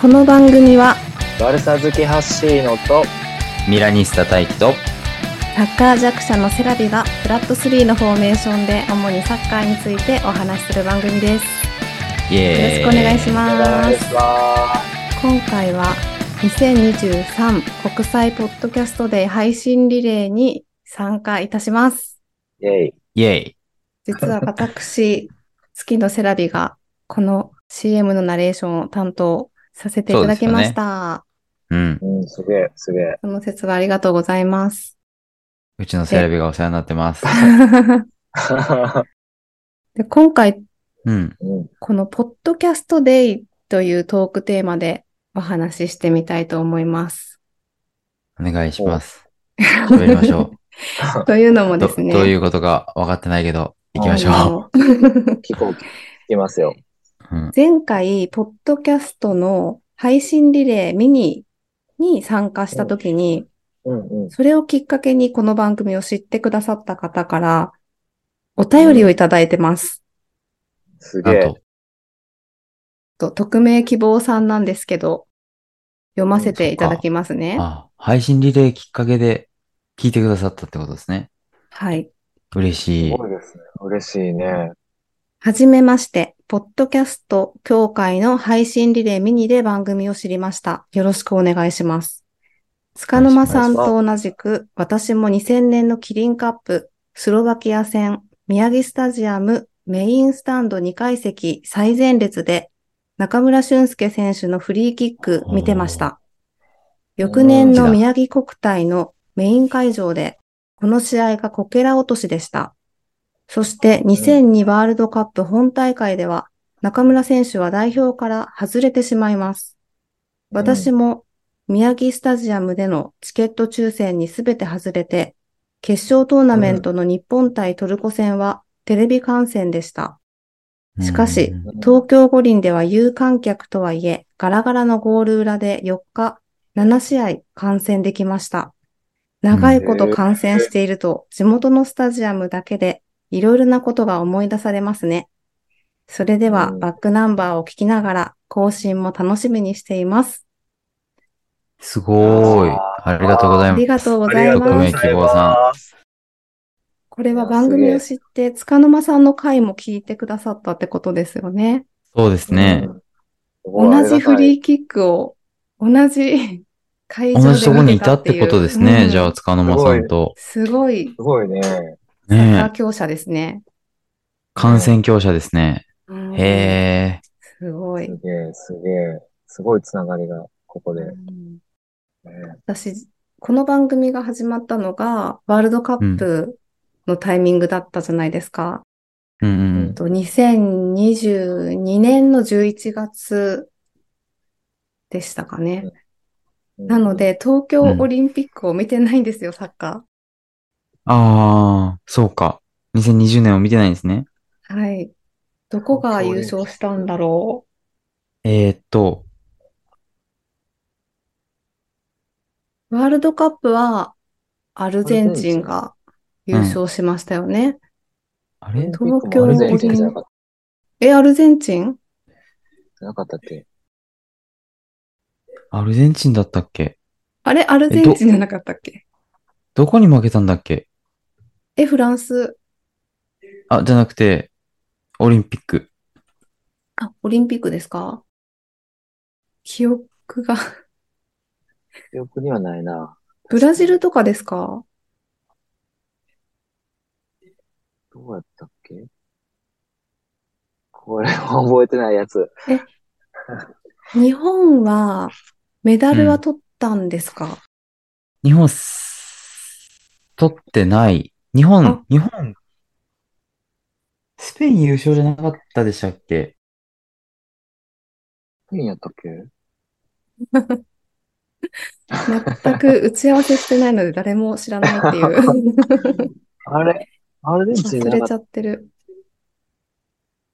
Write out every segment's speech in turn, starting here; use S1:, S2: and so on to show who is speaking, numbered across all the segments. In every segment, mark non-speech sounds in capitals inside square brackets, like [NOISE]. S1: この番組は
S2: バルサ好きハッシーノと
S3: ミラニスタ大輝と
S1: サッカー弱者のセラビがフラット3のフォーメーションで主にサッカーについてお話しする番組です。
S3: イエーイ
S1: よろしくお願いし
S2: お
S1: ま
S2: 願い
S1: す
S2: し。ます
S1: 今回は2023国際ポッドキャストで配信リレーに参加いたします。
S2: イェイ
S3: イエーイ
S1: 実は私、好きのセラビがこの CM のナレーションを担当させていただきました。
S3: うん
S2: うんすげえすげえ [LAUGHS]
S1: その説はありがとうございます。 [LAUGHS]
S3: うちのセレビがお世話になってます
S1: で今回、
S3: うん
S2: うん
S1: このポッドキャストデイというトークテーマでお話ししてみたいと思います。
S3: お願いします喋りまし
S1: [LAUGHS]
S3: ょ
S1: というのも
S3: う
S1: で
S3: ど
S1: すね。
S3: どういうことか分かってないけど行きまし
S1: あの
S3: ょ
S2: 聞こう聞きますよ
S3: う、うん、
S1: 前回、ポッドキャストの配信リレーミニに参加したときに、
S2: うんうん
S1: それをきっかけにこの番組を知ってくださった方から、お便りをいただいてます。
S2: すげ
S3: な
S2: え
S3: んと
S1: と匿名希望さんなんですけど、読ませていただきますね。
S3: あ配信リレーきっかけで聞いてくださったってことですね
S1: はい。
S3: 嬉し
S2: す
S3: い
S2: ごいですね嬉しいね
S1: はじめまして、ポッドキャスト協会の配信リレーミニで番組を知りました。よろしくお願いします。塚沼さんと同じく、私も2000年のキリンカップ、スロバキア戦、宮城スタジアム、メインスタンド2階席最前列で、中村俊輔選手のフリーキック見てました。翌年の宮城国体のメイン会場で、この試合がこけら落としでした。そして2002ワールドカップ本大会では、中村選手は代表から外れてしまいます。私も宮城スタジアムでのチケット抽選にすべて外れて、決勝トーナメントの日本対トルコ戦はテレビ観戦でした。しかし
S3: うん
S1: 東京五輪では有観客とはいえ、ガラガラのゴール裏で4日、7試合観戦できました。長いこと観戦していると、地元のスタジアムだけで、いろいろなことが思い出されますね。それでは、
S2: うん
S1: バックナンバーを聞きながら、更新も楽しみにしています。
S3: すごーいありがとうござい
S1: あ
S3: ます
S1: りがとうご
S2: あ
S1: ざい
S3: 匿
S1: ま
S3: 名
S1: す。
S3: 希望
S2: ん
S3: さ
S1: これは番組を知って、塚沼さんの回も聞いてくださったってことですよね。
S3: そうですね、
S1: 同じフ
S2: ー
S1: リーキックを、同じ会場で
S3: 同じとこに
S1: 受け
S3: いたって
S1: いう
S3: ことですね、
S1: うん
S3: じゃあ塚沼さんと
S1: すごい、
S2: すごいね
S1: サッカ
S3: ね
S1: ー強者ですね。
S3: 感染強者ですね
S1: うん
S3: へえ
S1: すごい
S2: す。げえすげえすごいつながりがここで
S1: うん
S2: ね
S1: 私、この番組が始まったのが、ワールドカップのタイミングだったじゃないですか。
S3: うんうんうん
S1: えっと2022年の11月でしたかね。
S2: うん
S1: なので、東京オリンピックを見てないんですよ、サッカ
S3: ああ、そうか。2020年を見てないんですね。
S1: ー。はい。どこが優勝したんだろ
S3: えー、っと、
S1: う。ワールドカップは、アルゼンチンが優勝しましたよね。
S3: あれ
S1: 東京
S2: オリンピックもアルゼンチンじゃなかっ
S1: え、アルゼンチン
S2: たなかったっけ
S3: アルゼンチンだったっけ
S1: あれ、アルゼンチンじゃなかったっけ
S3: どこに負けたんだっけ
S1: え、フランス。
S3: あ、じゃなくて、オリンピック。
S1: あ、オリンピックですか記憶が。
S2: 記憶にはないな。
S1: ブラジルとかですか
S2: どうやったっけこれも覚えてないやつ。
S1: 日本は、メダルは取ったんですか、
S3: 日本す、取ってない。日本
S1: あ、
S3: 日本、スペイン優勝じゃなかったでしたっけ
S2: 何やったっけ
S1: 全く打ち合わせしてないので誰も知らないっていう。
S2: [LAUGHS] あれアルゼンチンじ
S1: 忘
S2: ゃな
S1: れ
S2: かっ
S1: ちゃってる。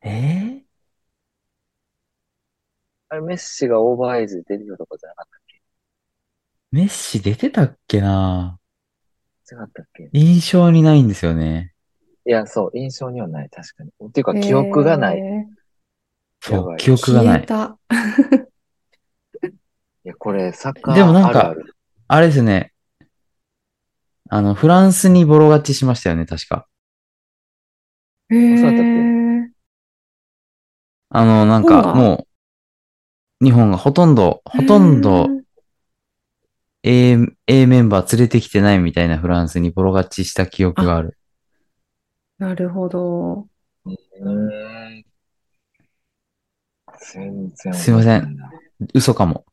S3: えー、
S2: た。あれメッシがオーバーエイズで出てたとかじゃなかっ
S3: メッシ出てたっけな
S2: た違ったっけ
S3: 印象にないんですよね。
S2: いや、そう、印象にはない、確かに。っていうか、記憶がない。
S1: え
S3: そ
S2: や
S3: う
S2: ば、い
S3: 記
S1: ー
S3: 憶がな
S1: 消え
S3: い。
S1: た。
S2: いや、これ、サッカー
S3: でもなん
S2: あ
S3: か
S2: るある。
S3: あれですね。あの、フランスにボロ勝ちしましたよね、確か。
S1: へ
S2: そうだったっけ
S1: え。
S3: あの、なん
S1: 日本
S3: か、
S1: が
S3: もう、日本がほとんど、ほとんど A、A メンバー連れてきてないみたいなフランスにボロ勝ちした記憶がある。
S1: なるほど。 [LAUGHS]
S2: うーん。全然。
S3: すいません。嘘かも。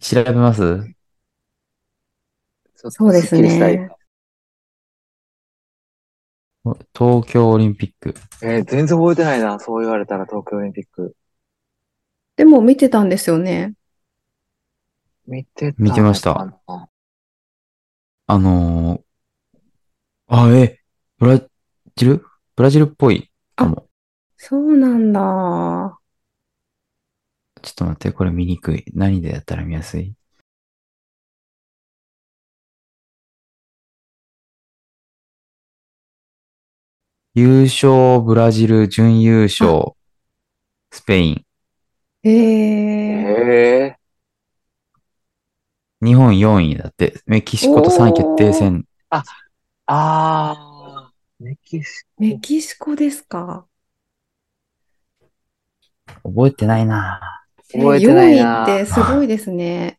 S3: 調べます
S2: ちょっと
S1: そうです
S2: っきりしたい
S1: ね。
S3: 東京オリンピック。
S2: えー全然覚えてないな。そう言われたら東京オリンピック。
S1: でも見てたんですよね。
S2: 見てた
S3: 見てました
S2: のかな。
S3: あのー、あ、え、ブラジルブラジルっぽいかも。
S1: そうなんだ。
S3: ちょっと待って、これ見にくい。何でやったら見やすい優勝、ブラジル、準優勝、スペイ
S1: へえ。
S2: え
S3: ン、日本4位だって、メキシコと3位決定戦。
S2: ー、あー、メキシコ。
S1: メキシコですか。
S3: 覚えてないな
S2: 覚えてないな
S1: 4位ってすごいですね。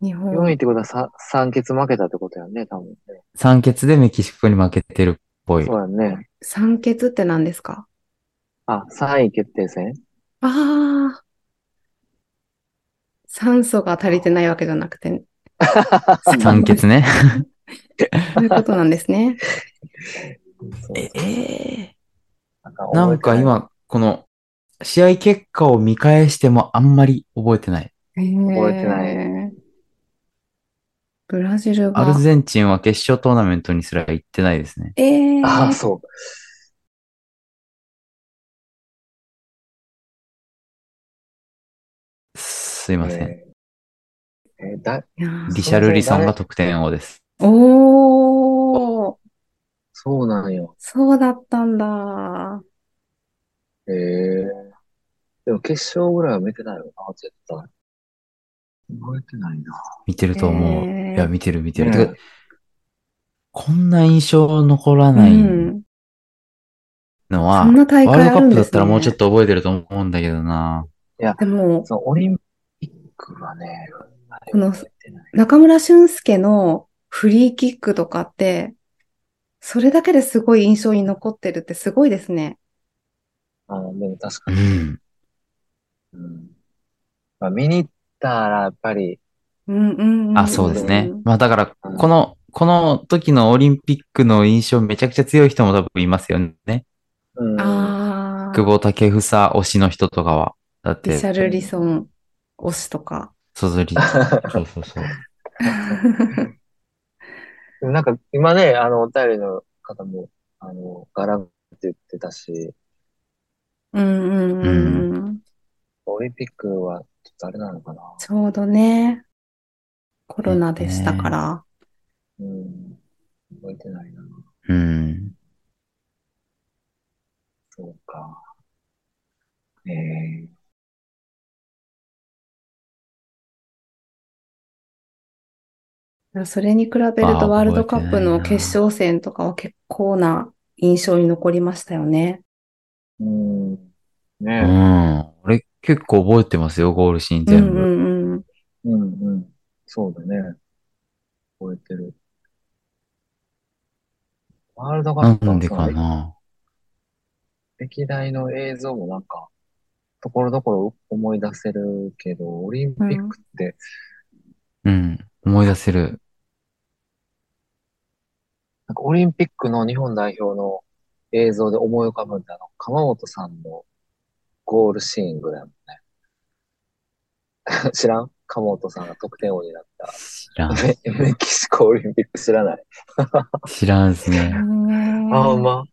S1: 日本。
S2: 4位ってことはさ三欠負けたってことやね、多分ね。
S3: 三決でメキシコに負けてるっぽい
S2: そ。うやね。
S1: 酸欠って何ですか
S2: あ、3位決定戦
S1: ああ。酸素が足りてないわけじゃなく
S2: [LAUGHS]
S1: て、
S3: 三決ね。
S1: そういうことなんですね。
S2: そう
S3: ええ
S2: なんか覚えてい
S3: なんか。今、この、試合結果を見返してもあんまり覚えてない。
S1: 覚。
S2: 覚えてない
S1: ブラジル
S3: アル
S1: は、
S3: ゼンチンは決勝トーナメントにすら行ってないですね。
S1: ええ
S2: あー、そう。
S3: すいません。
S2: えーえーだ、
S1: いやー
S3: リシャルリさんが得点王です。
S1: おー、
S2: そうなんよ。
S1: そうだったんだ。
S2: えー、でも決勝ぐらいは見てないよな、絶対。覚えてないな。
S3: 見てると思う。
S1: へー
S3: いや、見てる見てる。
S2: うん
S3: てかこんな印象残ら
S1: う
S3: ない
S1: ん。
S3: の
S1: そ
S3: は、
S1: んな大
S3: ワール
S1: 会
S3: ド
S1: あ
S3: カ
S1: る
S3: ッ
S1: ん
S3: プだ
S1: で
S3: っ
S1: す
S3: たらもうちょっ
S1: ね。
S3: と覚えてると思うんだけどな。
S1: でも、
S2: そのオリンピックはね、
S1: この
S2: 覚えてない
S1: 中村俊輔のフリーキックとかって、それだけですごい印象に残ってるってすごいですね。
S2: あーでも確か
S3: う
S2: に。
S3: ん。
S2: うんまあ、見に行ったら、やっぱり、
S1: うんうんうん。
S3: あ、そうですね。まあだから、
S2: うん
S3: この、この時のオリンピックの印象めちゃくちゃ強い人も多分いますよね。
S2: うん、
S1: あ
S3: 久
S1: ー、
S3: 保建英推しの人とかは。だっ
S1: リ
S3: て
S1: シ、ャルリソン推しと
S3: [LAUGHS]
S1: か。
S3: そずり。そうそうそう。
S2: [LAUGHS] なんか、今ね、あの、お便りの方も、あの、柄って言ってたし、
S1: うんうんうんうん。
S2: オリンピックは、ちょっとあれなのかな。
S1: ちょうどね、コロナでしたから。
S2: うん。覚えてないな。
S3: うん。
S2: そうか。ええ
S1: それに比べると
S3: あー
S1: ワールドカップの
S3: 覚えてないな
S1: 決勝戦とかは結構な印象に残りましたよね。
S2: うん。
S3: う
S2: ね
S3: ん。俺結構覚えてますよ、ゴールシーン
S1: うんう
S3: 全部。
S1: んうん。
S2: え。うんうん。そうだね。覚えてる。ワールドカ
S3: な
S2: ップは
S3: んでか
S2: そうだね
S3: な。
S2: 歴代の映像もなんか、ところどころ思い出せるけど、オリンピックって、
S3: うん。思い出せる。
S2: なんかオリンピックの日本代表の映像で思い浮かぶんだの、鎌本さんのゴールシーンぐらいもね。 [LAUGHS] 知らん鎌本さんが得点王になった。 [LAUGHS]
S3: 知らん。
S2: メメキシコオリンピック知らない。
S3: 知らんですね。
S2: あ、ほんま。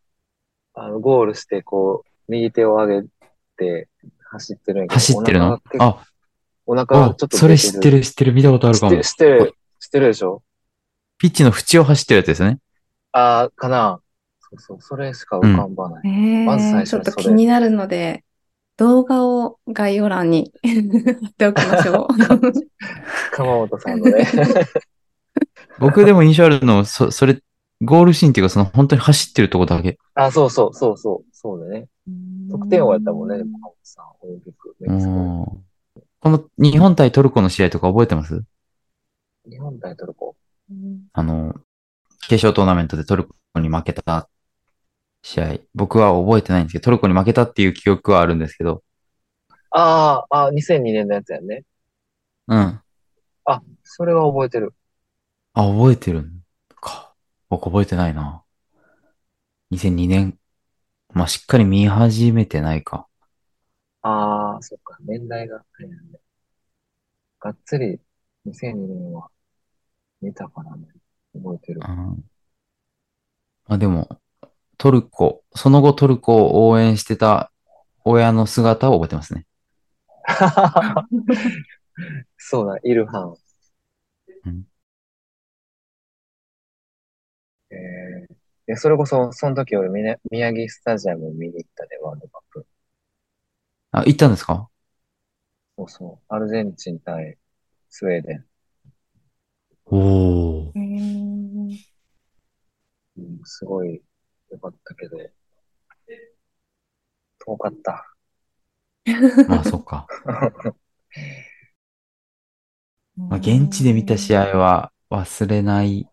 S2: あの、ゴールして、こう、右手を上げて、走ってるんやけど
S3: 走ってるのあ、
S2: お腹が
S3: あ
S2: ちょっと出
S3: それ知ってる知ってる。見たことある
S2: 知
S3: か
S2: っ
S3: も
S2: てる、。知ってる、知ってるでしょ
S3: ピッチの縁を走ってるやつですね。
S2: ああ、かな。そうそう、それしか浮かんばない。
S1: ねえ
S2: まず最初に
S1: ちょっと
S2: それ
S1: 気になるので、動画を概要欄に [LAUGHS] 貼っておきまし
S2: [LAUGHS]
S1: ょう。
S2: [LAUGHS] 鎌本さんのね。
S3: 僕でも印象あるのは、そ、 [LAUGHS] それ、ゴールシーンっていうか、その本当に走ってるとこだけ。
S2: あ、そうそう、そうそう、そうだね。得点王やったもんね、鎌本さん、オリンピック、メ
S3: う
S2: キシコ。
S3: ん。この日本対トルコの試合とか覚えてます
S2: 日本対トルコ。
S1: うん
S3: あの、決勝トーナメントでトルコに負けた試合。僕は覚えてないんですけど、トルコに負けたっていう記憶はあるんですけど。
S2: ああ、あー、2002年のやつやね。
S3: うん。あ、
S2: あ、それは覚えてる。
S3: 覚えてるのか。僕覚えてないな。2002年。まあ、しっかり見始めてないか。
S2: ああ、そっか、年代が、あれなんで。がっつり、2002年は、見たかな、覚えてる
S3: う。ん。まあでも、トルコ、その後トルコを応援してた親の姿を覚えてますね。
S2: [LAUGHS] そうだ、イルハン。
S3: うん
S2: えーで、それこそ、その時俺、みな宮城スタジアム見に行ったで、ワールドカップ。
S3: あ、行ったんですか
S2: そうそう。アルゼンチン対スウェーデン。
S3: おー。
S1: へー
S2: うん、すごい良かったけど、遠かった。 [LAUGHS]
S3: まあ、そっか。まあ、現地で見た試合は忘れない。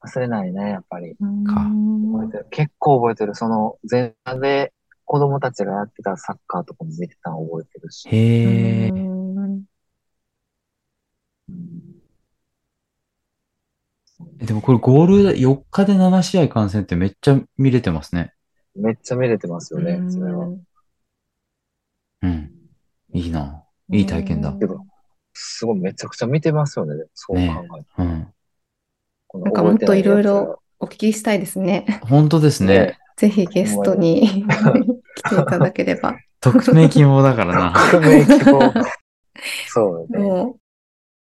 S2: 忘れないね、やっぱり。
S3: か
S1: うん
S2: 覚えてる。結構覚えてる。その前半で子供たちがやってたサッカーとかも見てたの覚えてるし。
S3: へえ。
S1: うん
S2: うん
S3: でもこれゴール4日で7試合観戦ってめっちゃ見れてますね。
S2: めっちゃ見れてますよね、それは。
S3: うん。いいな。いい体験だ
S1: うん
S2: でもすごい、めちゃくちゃ見てますよね、でもそう考えたら
S3: うん。
S2: この
S1: なんかもっといろい
S2: 覚えてないや [LAUGHS] つら
S1: ろお聞きしたいですね。
S3: 本当ですね
S2: ね。
S1: ぜひゲストに来ていただければ。
S3: 匿名希望だから
S2: [LAUGHS]
S3: な。
S2: 革命希望。そうだね。
S1: もう、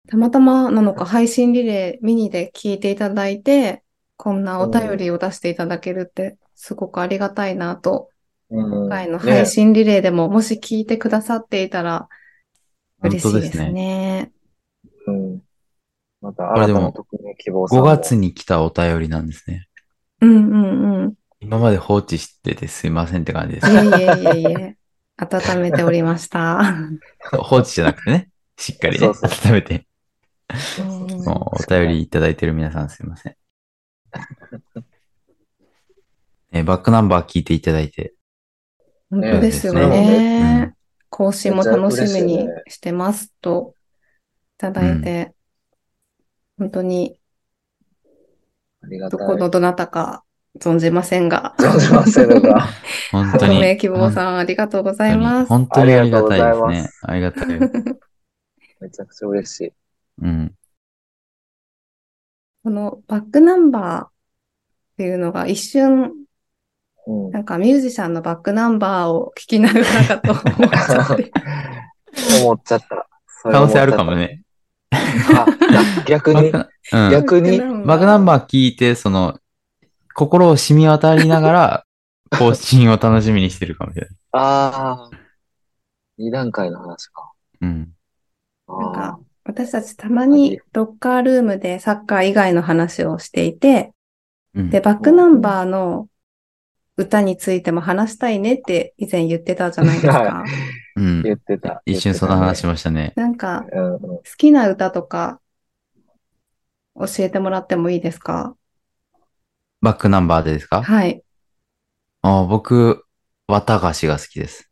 S1: たまたまなのか配信リレーミニで聞いていただいて、こんなお便りを出していただけるって、すごくありがたいなと、
S2: うん
S1: 今回の
S2: ね
S1: 配信リレーでも、もし聞いてくださっていたら、嬉しい
S3: 本当
S1: で
S3: ですす
S1: ね。
S3: ね
S2: うん。また
S3: これ
S2: 新
S3: で
S2: た
S3: も
S2: な匿名希望さん
S3: 5
S2: も
S3: 月に来たお便りなんですね。
S1: うんうんうん。
S3: 今まで放置しててすいませんって感じです。
S1: いえいえいえい
S3: [LAUGHS]
S1: え。温めておりました。
S3: 放置じゃなくてね。しっかりね。
S2: そうそう
S3: 温めて。
S2: そうそうそう
S1: うん
S3: もうお便りいただいてる皆さんすいません。えバックナンバー聞いていただいて。
S1: 本当ですよ
S3: ね
S1: ね。更新も楽し
S2: めっちゃ嬉し
S1: み
S2: い
S1: に
S2: ね
S1: してますと、いただいて、本当に
S2: ありがた
S1: ど
S2: い。
S1: このどなたか存じませんが、
S2: 存じませんが。
S3: 本当
S1: 匿
S3: に。
S1: 名希望さんありがとうございます。
S3: 本当にありがた
S2: ありがとうござ
S3: いで
S2: い
S3: す
S2: ま
S3: ね。ありがたい。
S2: めちゃくちゃ嬉しい。
S3: うん。
S1: このバックナンバーっていうのが一瞬、
S2: うん。
S1: なんかミュージシャンのバックナンバーを聞きながらかと思っちゃって。
S2: 思っちゃった。それ思
S3: 可能
S2: っち
S3: 性
S2: ゃった
S3: あるかも。ね。
S2: あ、逆
S3: バ
S2: に
S3: [LAUGHS] ック、ナうん。
S2: 逆に、
S3: バックナンバー聞いて、その、心を染み渡りながら、更新を楽しみにしてるかもしれない。
S2: ああ、二段階の話か。
S3: うん。
S2: あ
S1: なん
S2: あ
S1: か、私たちたまにロッカールームでサッカー以外の話をしていて、
S3: うん
S1: で、バックナンバーの歌についても話したいねって以前言ってたじゃないですか
S2: は。
S3: うん
S2: 言ってた。
S3: 一瞬そんな話し
S2: も。
S3: ましたね。
S1: なんか、
S2: うんうん。
S1: 好きな歌とか、教えてもらってもいいですか
S3: バックナンバーでですか
S1: はい。 [LAUGHS]
S3: あ僕、綿菓子が好きです。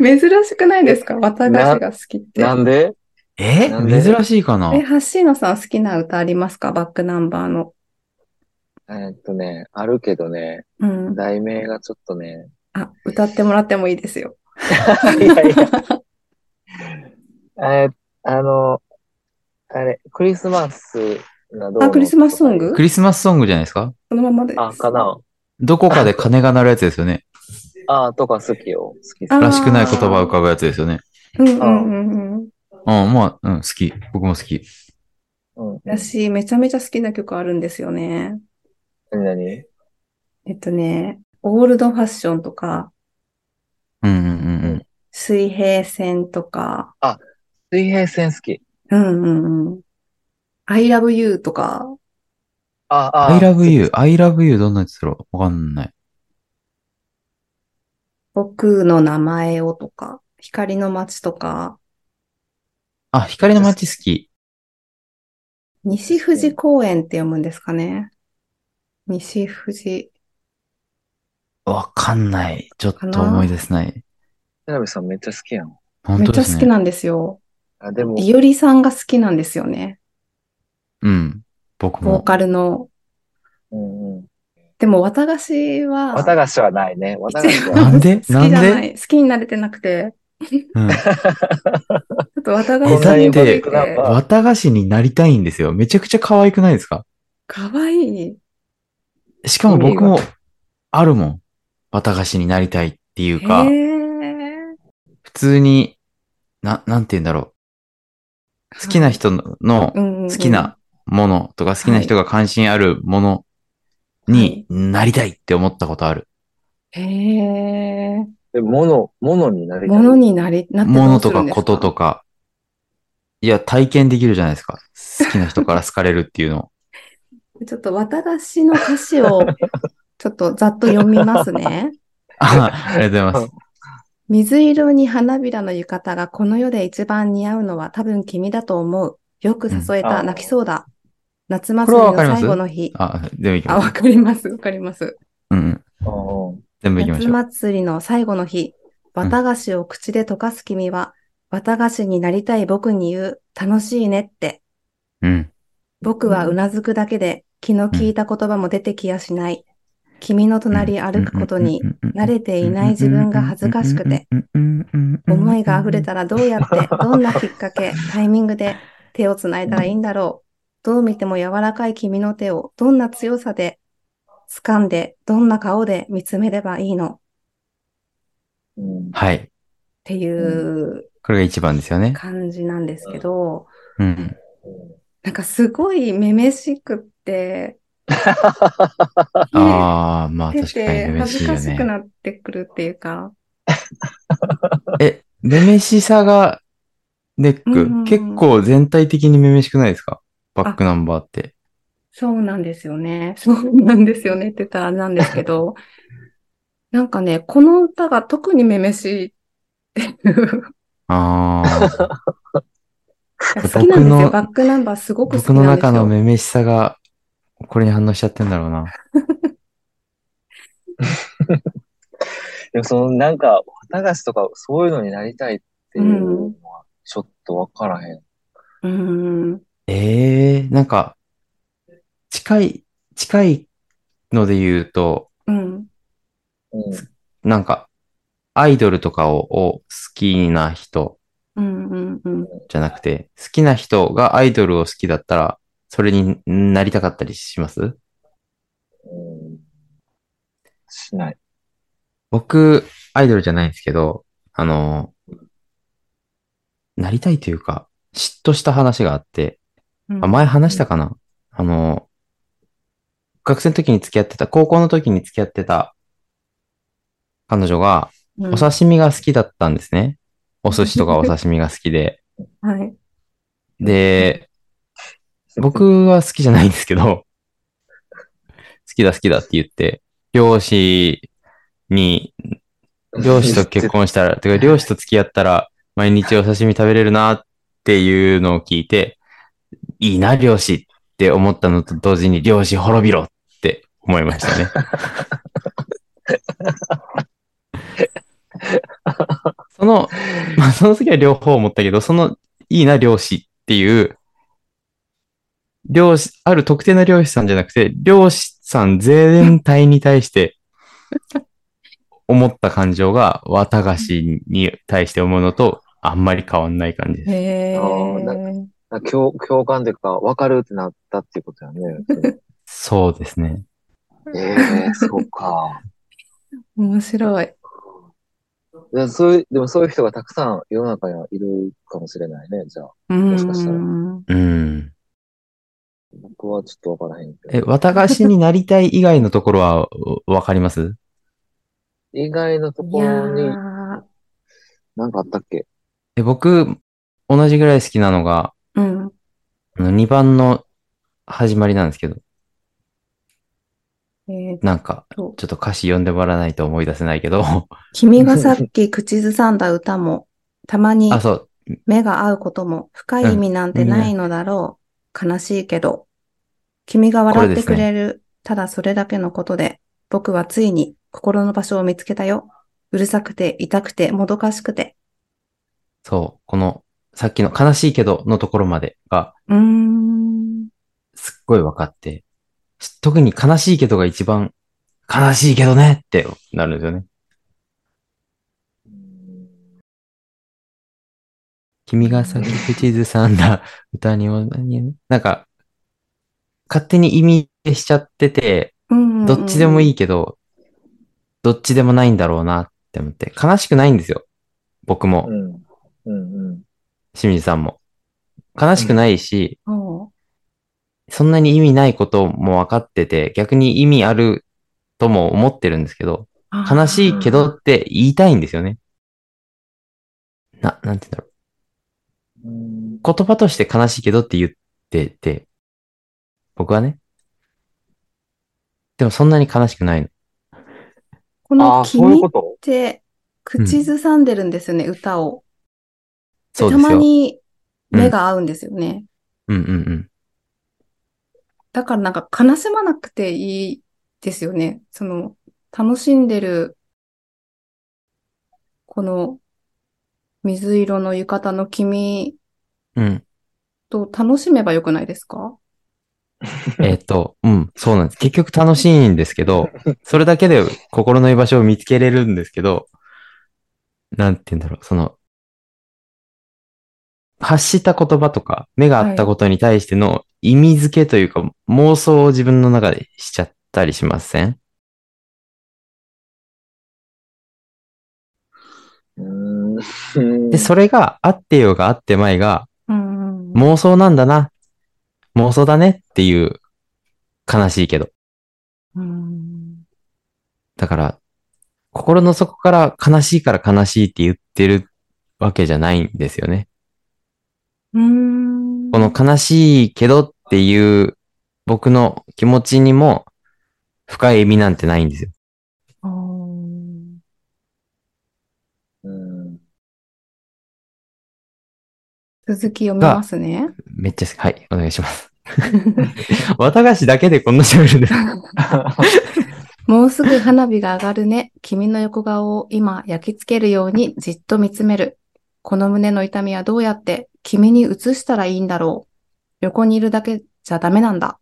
S1: 珍しくないですか綿菓子が好きって。
S2: なんで
S3: え
S2: なんで
S3: 珍しいかな
S1: え、ハッシーノさん好きな歌ありますかバックナンバーの。
S2: えーっとね、あるけどね、
S1: うん。
S2: 題名がちょっとね、
S1: あ、歌ってもらってもいいですよ。
S2: いやいや。えーあの、あれ、クリスマスがどうの
S1: あ、クリスマスソング
S3: クリスマスソングじゃないですか
S1: そのままです。
S2: あ、かな
S3: どこかで鐘が鳴るやつですよね。
S2: あとか好きよ。好き好
S1: あー
S2: き。
S3: らしくない言葉を浮かぶやつですよね。
S1: うんうんうんうん。
S3: うん、まあ、うん、好き。僕も好き。
S2: うん。
S1: 私、めちゃめちゃ好きな曲あるんですよね。
S2: 何々
S1: えっとね、オールドファッションとか、
S3: うんうんうんうん。
S1: 水平線とか、
S2: 水平線好き。
S1: うんうんうん。I love you とか、
S2: あ、あ、
S3: I love you, I love you どんなやつだろうわかんない。
S1: 僕の名前をとか、光の街とか、
S3: あ、光の街好き。
S1: 西富士公園って読むんですかね。西富士。
S3: わかんない。ちょっと思い出せない。
S2: 田辺さんめっちゃ好きやん。
S3: 本
S1: めっ
S3: 当
S1: ち
S3: で
S1: ゃ
S3: す
S1: 好
S3: ね。
S1: きなんですよ。
S2: あ、でも、
S1: いおりさんが好きなんですよね。
S3: うん。僕
S1: ボー
S3: も。
S1: カルの。
S2: うんうん。
S1: でも、綿菓子は、
S2: 綿菓子はないね。綿菓子
S3: な
S2: は
S3: んで
S1: [LAUGHS] 好きじゃ
S3: なん
S1: ない。好きになれてなくて、
S3: うん。
S1: ちょっと綿菓
S3: え
S1: 子
S3: だって
S1: に惚れて
S2: こんなに僕が
S3: 綿菓子になりたいんですよ。めちゃくちゃ可愛くないですか
S1: かわいい。
S3: しかも僕
S2: 意
S3: も、あるもん。綿菓子になりたいってい
S1: へ
S3: うか、
S1: ー
S3: 普通に、な、なんて言うんだろう。好きな人の、の
S1: 好
S3: 好きなものとか好きな人が関心あるものになりたいって思ったことある。
S1: へえ。
S2: え、物、物になりたい。
S1: 物になり、なって
S3: も
S1: ど
S3: の
S1: うす
S3: と
S1: る
S3: か
S1: んです
S3: こと
S1: か。
S3: とか。いや、体験できるじゃないですか。好きな人から好かれるっていうの。
S1: ちょっと綿菓子の歌詞を、 [LAUGHS] ちょっとざっと読みます
S3: [LAUGHS]
S1: ね。
S3: あありがとうございます。
S1: 水色に花びらの浴衣がこの世で一番似合うのは多分君だと思う。よく誘え
S2: うん
S1: た、
S2: あ
S1: 泣きそうだ。夏祭りの
S3: これはわかります
S1: 最後の日。
S3: あ、全部行き
S1: あ、
S3: ま
S1: わ
S3: す。
S1: かります。わかります。
S3: うんうん。
S2: うんうん。
S3: 全部行
S1: 夏
S3: きましょう。
S1: 祭りの最後の日。綿菓子を口で溶かす君は、綿菓子になりたい僕に言う、楽しいねって。
S3: うん。
S1: 僕はうなずくだけで、気の利いた言葉も出てきやしない。君の隣歩くことに慣れていない自分が恥ずかしくて、、思いが溢れたらどうやって、どんなきっかけ、タイミングで手をつないだらいいんだろう。どう見ても柔らかい君の手を、どんな強さで掴んで、どんな顔で見つめればいいのっ
S2: うん。 [LAUGHS]
S3: はい。
S1: ていう
S3: これが一番ですよね。
S1: 感じなんですけど、
S3: うん。
S1: なんかすごいめめしくって、
S3: ああ、まあ
S1: 出
S3: 確かに
S1: て
S3: 嬉
S1: 恥
S3: しい
S1: ず
S3: よ
S1: かしく
S3: ね。
S1: なってくるっていうか、
S3: え、めめしさがネッ
S1: う
S3: ク。
S1: ん
S3: 結構全体的にめめしくないですかバックナンバーって。
S1: そうなんですよね。 [LAUGHS] そうなんですよねって言ったらあれなんですけ
S3: [LAUGHS]
S1: ど、なんかね、この歌が特にめめしいっていう。
S3: ああ。
S1: 好きなんですよ。
S3: 僕の
S1: バックナンバーすごく好き
S3: 僕
S1: な
S3: の
S1: んですよ。
S3: 中のめめしさが、これに反応しちゃってんだろうな。
S2: でもそのなんか、綿菓子とかそういうのになりたいっていうのは、ちょっとわからへん。
S1: うーん。
S3: ええなんか、近い、近いので言うと、
S1: うん。
S2: うん。
S3: なんか、アイドルとかをを好きな人
S1: うん。うん。うん。
S3: じゃなくて、好きな人がアイドルを好きだったら、それになりたかったりします
S2: うん、しない。
S3: 僕、アイドルじゃないんですけど、あの、なりたいというか、嫉妬した話があって、
S1: うん
S3: あ、前話したかなあの、学生の時に付き合ってた、高校の時に付き合ってた彼女が、
S1: うん
S3: お刺身が好きだったんですね。お寿司とかお刺身が好
S1: [LAUGHS]
S3: きで。
S1: はい。
S3: で、僕は好きじゃないんですけど、 [LAUGHS] 好きだ好きだって言って、漁師に、
S2: [LAUGHS]
S3: 漁師と結婚したら、てか漁師と付き合ったら毎日お刺身食べれるなっていうのを聞いて、いいな、漁師って思ったのと同時に漁師滅びろって思いましたね。その、まあその時は両方思ったけど、そのいいな、漁師っていう、漁師、ある特定の漁師さんじゃなくて、漁師さん全体に対して、思った感情が、綿菓子に対して思うのと、あんまり変わんない感じです。
S1: へ
S2: あーな
S1: ー
S2: なんか共共感というか、わかるってなったっていうことやね。
S1: [LAUGHS]
S3: そうですね。
S2: ええそうか。
S1: 面白い。
S2: でそういう、でもそういう人がたくさん世の中にはいるかもしれないね、じゃあ。
S1: う
S2: しかしたら
S1: ん。
S3: うん。
S2: 僕はちょっとわからへんけ
S3: え、
S2: ど。
S3: 綿菓子になりたい以外のところは、わかります
S2: 以外のと
S1: い
S2: こ
S1: や
S2: ろに、
S1: ー、
S2: なんかあったっけ
S3: で、僕、同じぐらい好きなのが、
S1: うん。
S3: あの2番の始まりなんですけど、
S1: えーっ
S3: なんか、
S1: と、
S3: ちょっと歌詞読んでもらわないと思い出せないけど、
S1: 君がさっき口ずさんだ歌も、たまに
S3: あ、そう、
S1: 目が合うことも深い意味なんてないのだろう。悲しいけど。君が笑ってくれる、ただそれだけのことで、僕はついに心の場所を見つけたよ。うるさくて、痛くて、もどかしくて。
S3: そう、この、さっきの悲しいけどのところまでが、
S1: うーん。
S3: すっごい分かって、し特に悲しいけどが一番、悲しいけどねってなるんですよね。君がさっき口ずさんだ [LAUGHS] 歌にも、なんか、勝手に意味しちゃってて、
S1: うん
S3: どっちでもい
S1: い。
S3: いけど、どっちでもないんだろうなって思って、悲しくないんですよ。僕も、
S2: うん。うんうん。
S3: 清水さんも。悲しくないし、
S1: おう
S3: そんなに意味ないことも分かってて、逆に意味あるとも思ってるんですけど、
S1: あー
S3: 悲しいけどって言いたいんですよね。な、なんて言うんだろ
S2: うん
S3: う。言葉として悲しいけどって言ってて、僕はね。でもそんなに悲しくないの。
S1: こ
S2: あ
S1: の
S2: あ、そういう
S1: 君っ
S2: こと
S1: て、
S3: ん
S1: 口ずさんでるんですよね、歌を。
S3: そう
S1: た
S3: ですよ。
S1: まに目が合うんですよね。
S3: うんうんうん。
S1: だからなんか悲しまなくていいですよね。その、楽しんでる、この、水色の浴衣の君
S3: うん。 [LAUGHS]
S1: と楽しめばよくないですか
S3: えっと、うん、そうなんです。結局楽しいんですけど、それだけで心の居場所を見つけれるんですけど、なんて言うんだろう、その、発した言葉とか、目が合ったことに対しての意味付けというか、妄想を自分の中でしちゃったりしません
S2: うん。
S3: で、それがあってようがあってまいが、
S1: うん。
S3: 妄想なんだな。妄想だねっていう、悲しいけど。
S1: うん。
S3: だから、心の底から悲しいから悲しいって言ってるわけじゃないんですよね。
S1: うん。
S3: この悲しいけどっていう僕の気持ちにも深い意味なんてないんですよ。
S1: あー
S3: [LAUGHS]
S2: うん。
S1: 続き読みますね。
S3: めっちゃ好き、はい、お願いします。綿菓子だけでこんな喋るんですか。
S1: もうすぐ花火が上がるね。君の横顔を今焼き付けるようにじっと見つめる。この胸の痛みはどうやって君に移したらいいんだろう。横にいるだけじゃダメなんだ。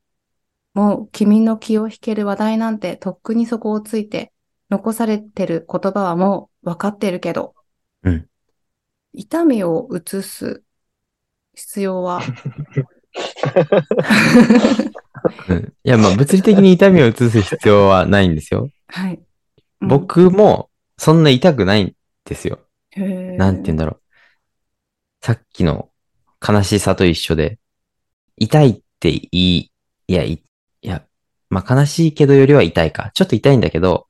S1: もう君の気を引ける話題なんてとっくにそこをついて、残されてる言葉はもうわかってるけど。
S3: うん
S1: 痛みを移す必要
S3: [LAUGHS]
S1: は。 [LAUGHS]
S3: うんいや、まあ物理的に痛みを移す必要はないんですよ。
S1: はい。うん、
S3: 僕もそんな痛くないんですよ。な
S1: なん
S3: て言うんだろう。さっきの悲しさと一緒で、痛いっていい、いや、いいや、まあ、悲しいけどよりは痛いか。ちょっと痛いんだけど、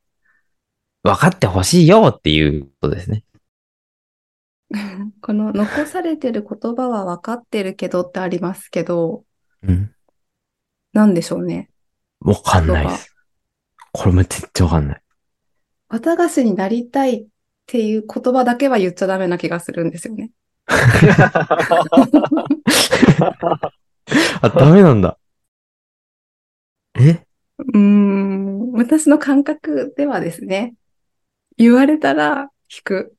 S3: 分かってほしいよっていうことですね。
S1: この残されてる言葉は分かってるけどってありますけど、
S3: うん。
S1: なんでしょうね。
S3: わかんないです。これも絶対わかんない。
S1: 綿菓子になりたいっていう言葉だけは言っちゃダメな気がするんですよね。
S3: あ、ダメなんだ。え
S1: うーん、私の感覚ではですね、言われたら引く。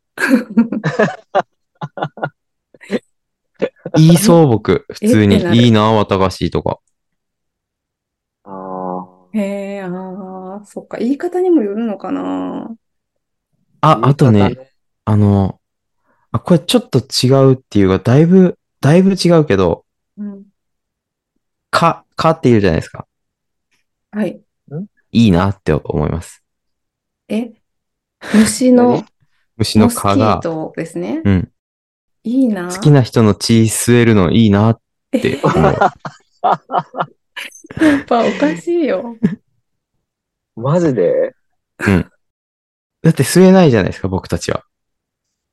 S3: 言いそう僕、普通
S1: [LAUGHS] えっ
S3: に
S1: てな。る
S3: いいな、綿菓子とか。
S2: ああ。
S1: へえ、ああ、そっか、言い方にもよるのかな。
S3: あ、あと
S2: 言
S3: ね
S2: い方、
S3: あの、あ、これちょっと違うっていうか、だいぶ、だいぶ違うけど、
S1: うん、
S3: か、かって言うじゃないですか。
S1: はい。
S3: いいなって思います。
S1: え、虫の
S3: 虫の
S1: モスキ
S3: 蚊
S1: ー
S3: が、
S1: トですね。
S3: うん。
S1: いいな。
S3: 好きな人の血吸えるのいい
S1: [LAUGHS]
S3: なって思う。
S1: やっぱおかしいよ。
S2: マジで
S3: うん。だって吸えないじゃないですか、僕たちは。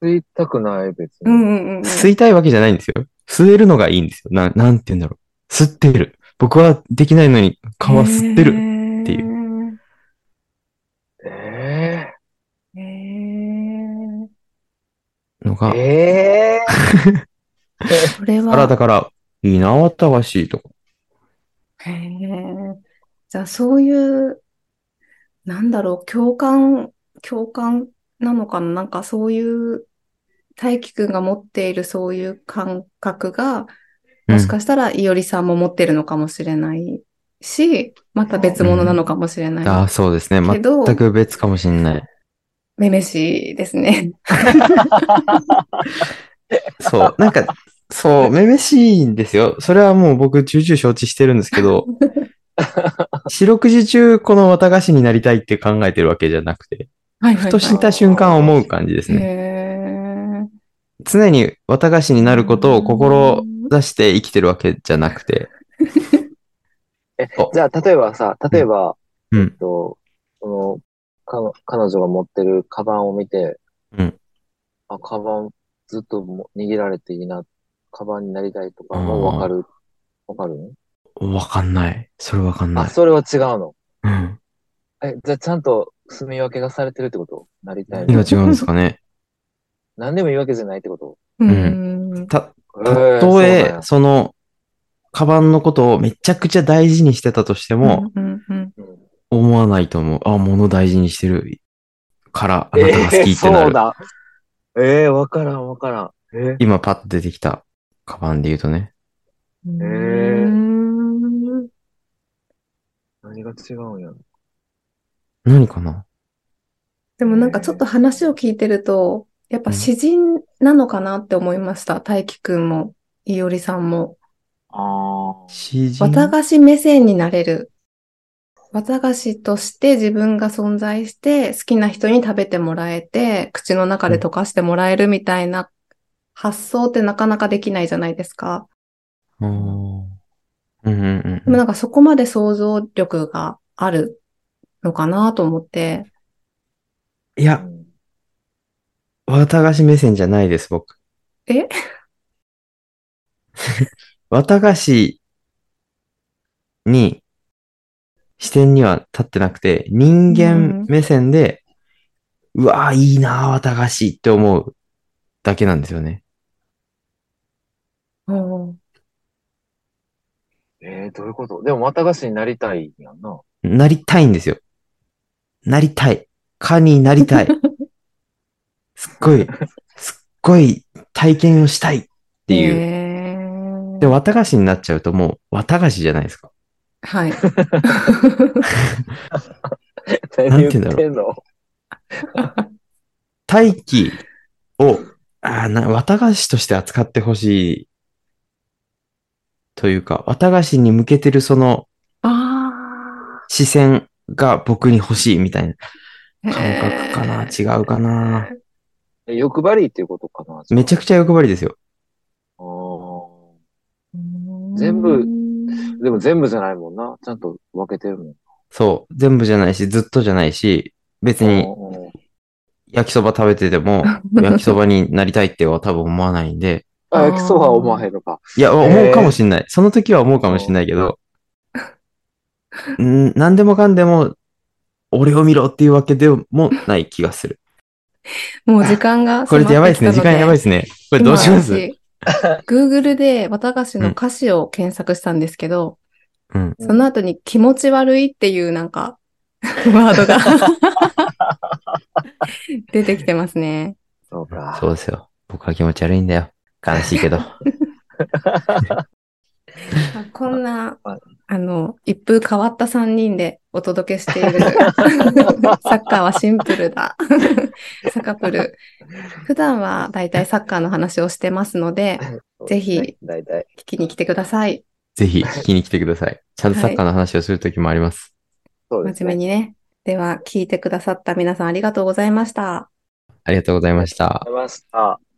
S2: 吸いたくない、別
S1: うん
S2: に。
S1: うんうん。
S3: 吸いたいわけじゃないんですよ。吸えるのがいいんですよ。な、なんて言うんだろう。吸ってる。僕はできないのに、皮吸ってる。
S1: る。
S3: っていう
S2: え
S1: へー
S2: え
S3: のが、
S2: え
S1: それは。
S3: あら、だから、いいな、わたわしいとか。
S1: へえ。じゃあ、そういう、なんだろう、共感、共感なのかななんかそういう、大輝くんが持っているそういう感覚が、
S3: うん
S1: もしかしたらいおりさんも持ってるのかもしれないし、また別物なのかもしれ
S3: あ
S1: な
S3: あ、
S1: い。
S3: そうですね。
S1: けど
S3: 全く別かもしれない。
S1: めめしいですね。
S3: そう。なんか、そう、めめしいんですよ。それはもう僕、重々承知してるんです
S2: [LAUGHS]
S3: けど、四六時中、この綿菓子になりたいって考えてるわけじゃなくて、
S1: はい
S3: ふとした瞬間思う感じですね。
S1: へ
S3: 常に綿菓子に
S1: え。
S3: なることを心出して生きてるわけじゃなくて、
S2: じゃあ、例えばさ、例えば、
S3: うん
S2: えっと、その、かの、彼女が持ってるカバンを見て、
S3: うん
S2: あ、カバンずっとも握られていいな、カバンになりたいとかもわかる。わかるの
S3: わかんない。それわかんな
S2: あ、
S3: い。
S2: それは違うの。
S3: うん。
S2: え、じゃあちゃんと住み分けがされてるってことなりたい
S3: 何が
S2: の。
S3: 違うんですかね。
S2: [LAUGHS] 何でもいいわけじゃないってこと
S1: うん。
S3: た、
S2: え
S3: た
S2: ーそう
S3: と
S2: なん
S3: え
S2: や、
S3: その、カバンのことをめちゃくちゃ大事にしてたとしても、
S1: うんうんうん
S2: うん
S3: 思わないと思う。あ、物大事にしてるから、あなたが好きって
S2: えー
S3: な
S2: そう
S3: る。
S2: だ。ええわからんわからん。え
S3: 今パッと出てきたカバンで言うとね。
S1: うん。
S2: へえ
S1: うん
S2: 何が違うんやろ。
S3: 何かな
S1: でもなんかちょっと話を聞いてると、やっぱ詩人なのかなって思いました。大輝くんも、いおりさんも。
S2: あ
S3: 詩人
S1: 綿菓子目線になれる。綿菓子として自分が存在して、好きな人に食べてもらえて、口の中で溶かしてもらえるみたいな発想ってなかなかできないじゃないですか。
S3: あーうんうんうん
S1: でもなんかそこまで想像力があるのかなと思って。
S3: い
S2: あ。
S3: や、綿菓子目線じゃないです、僕。
S1: え
S3: [LAUGHS] 綿菓子に視点には立ってなくて、人間目線で、うわーいいなー綿菓子って思うだけなんですよね。
S1: うん
S2: えー、どういうことでも、綿菓子になりたいやんな。
S3: なりたいんですよ。なりたい。蚊になりたい。すっごい、すっごい体験をしたいっていう。
S1: へー
S3: で、綿菓子になっちゃうともう綿菓子じゃないですか。 [LAUGHS]
S1: はい。
S3: なんて言うんだろう
S2: 何言ってんの
S3: 大気を、あーな、綿菓子として扱ってほしい。というか、綿菓子に向けてるその
S1: あ
S3: 視線が僕に欲しいみたいな
S1: あ。
S3: 感覚かな、違うかな。
S2: え欲張りっていうことかな
S3: めちゃく
S2: ち
S3: ちゃ欲張りですよ。
S2: ゃ。あー
S1: 全
S2: 全部でも全部じゃないもんな。ちゃんと分けてるもん。
S3: そう。全部じゃないし、ずっとじゃないし、別に
S2: うん
S3: 焼きそば食べてて [LAUGHS] も、焼きそばになりたいっては多分思わないんで、
S2: あ、焼きそばは思わへんのか。
S3: いや、思うかもしんない。その時は思うかもしんないけど、ん何でもかんでも、俺を見ろっていうわけでもない気がする。
S1: もう時間が
S3: これってやばいですね。時間やばい
S1: い。
S3: ですね。これどうします
S1: 今私 Google で綿菓子の歌詞を検索したんですけど、
S3: うん。
S1: その後に気持ち悪いっていうなんか、ワードが出てきてますね。
S2: そうか。
S3: そうですよ。僕は気持ち悪いんだよ。悲しいけ [LAUGHS] ど。
S1: あこんな
S2: あ、
S1: あの、一風変わった3人でお届けして
S2: [LAUGHS]
S1: いる、サッカーはシンプルだ。 [LAUGHS] サカプル。普段はだいたいサッカーの話をしてますので、ぜひ。
S2: 大体。
S1: 聞きに来てください。
S3: ぜひ聞きに来てください。ちゃんとサッカーの話をする時もあります。
S2: そうです
S1: 真
S2: ね
S1: 面目にね。では、聞いてくださった皆さんありがとうございました。
S3: ありがとうございました
S2: ありがとうござい。ました。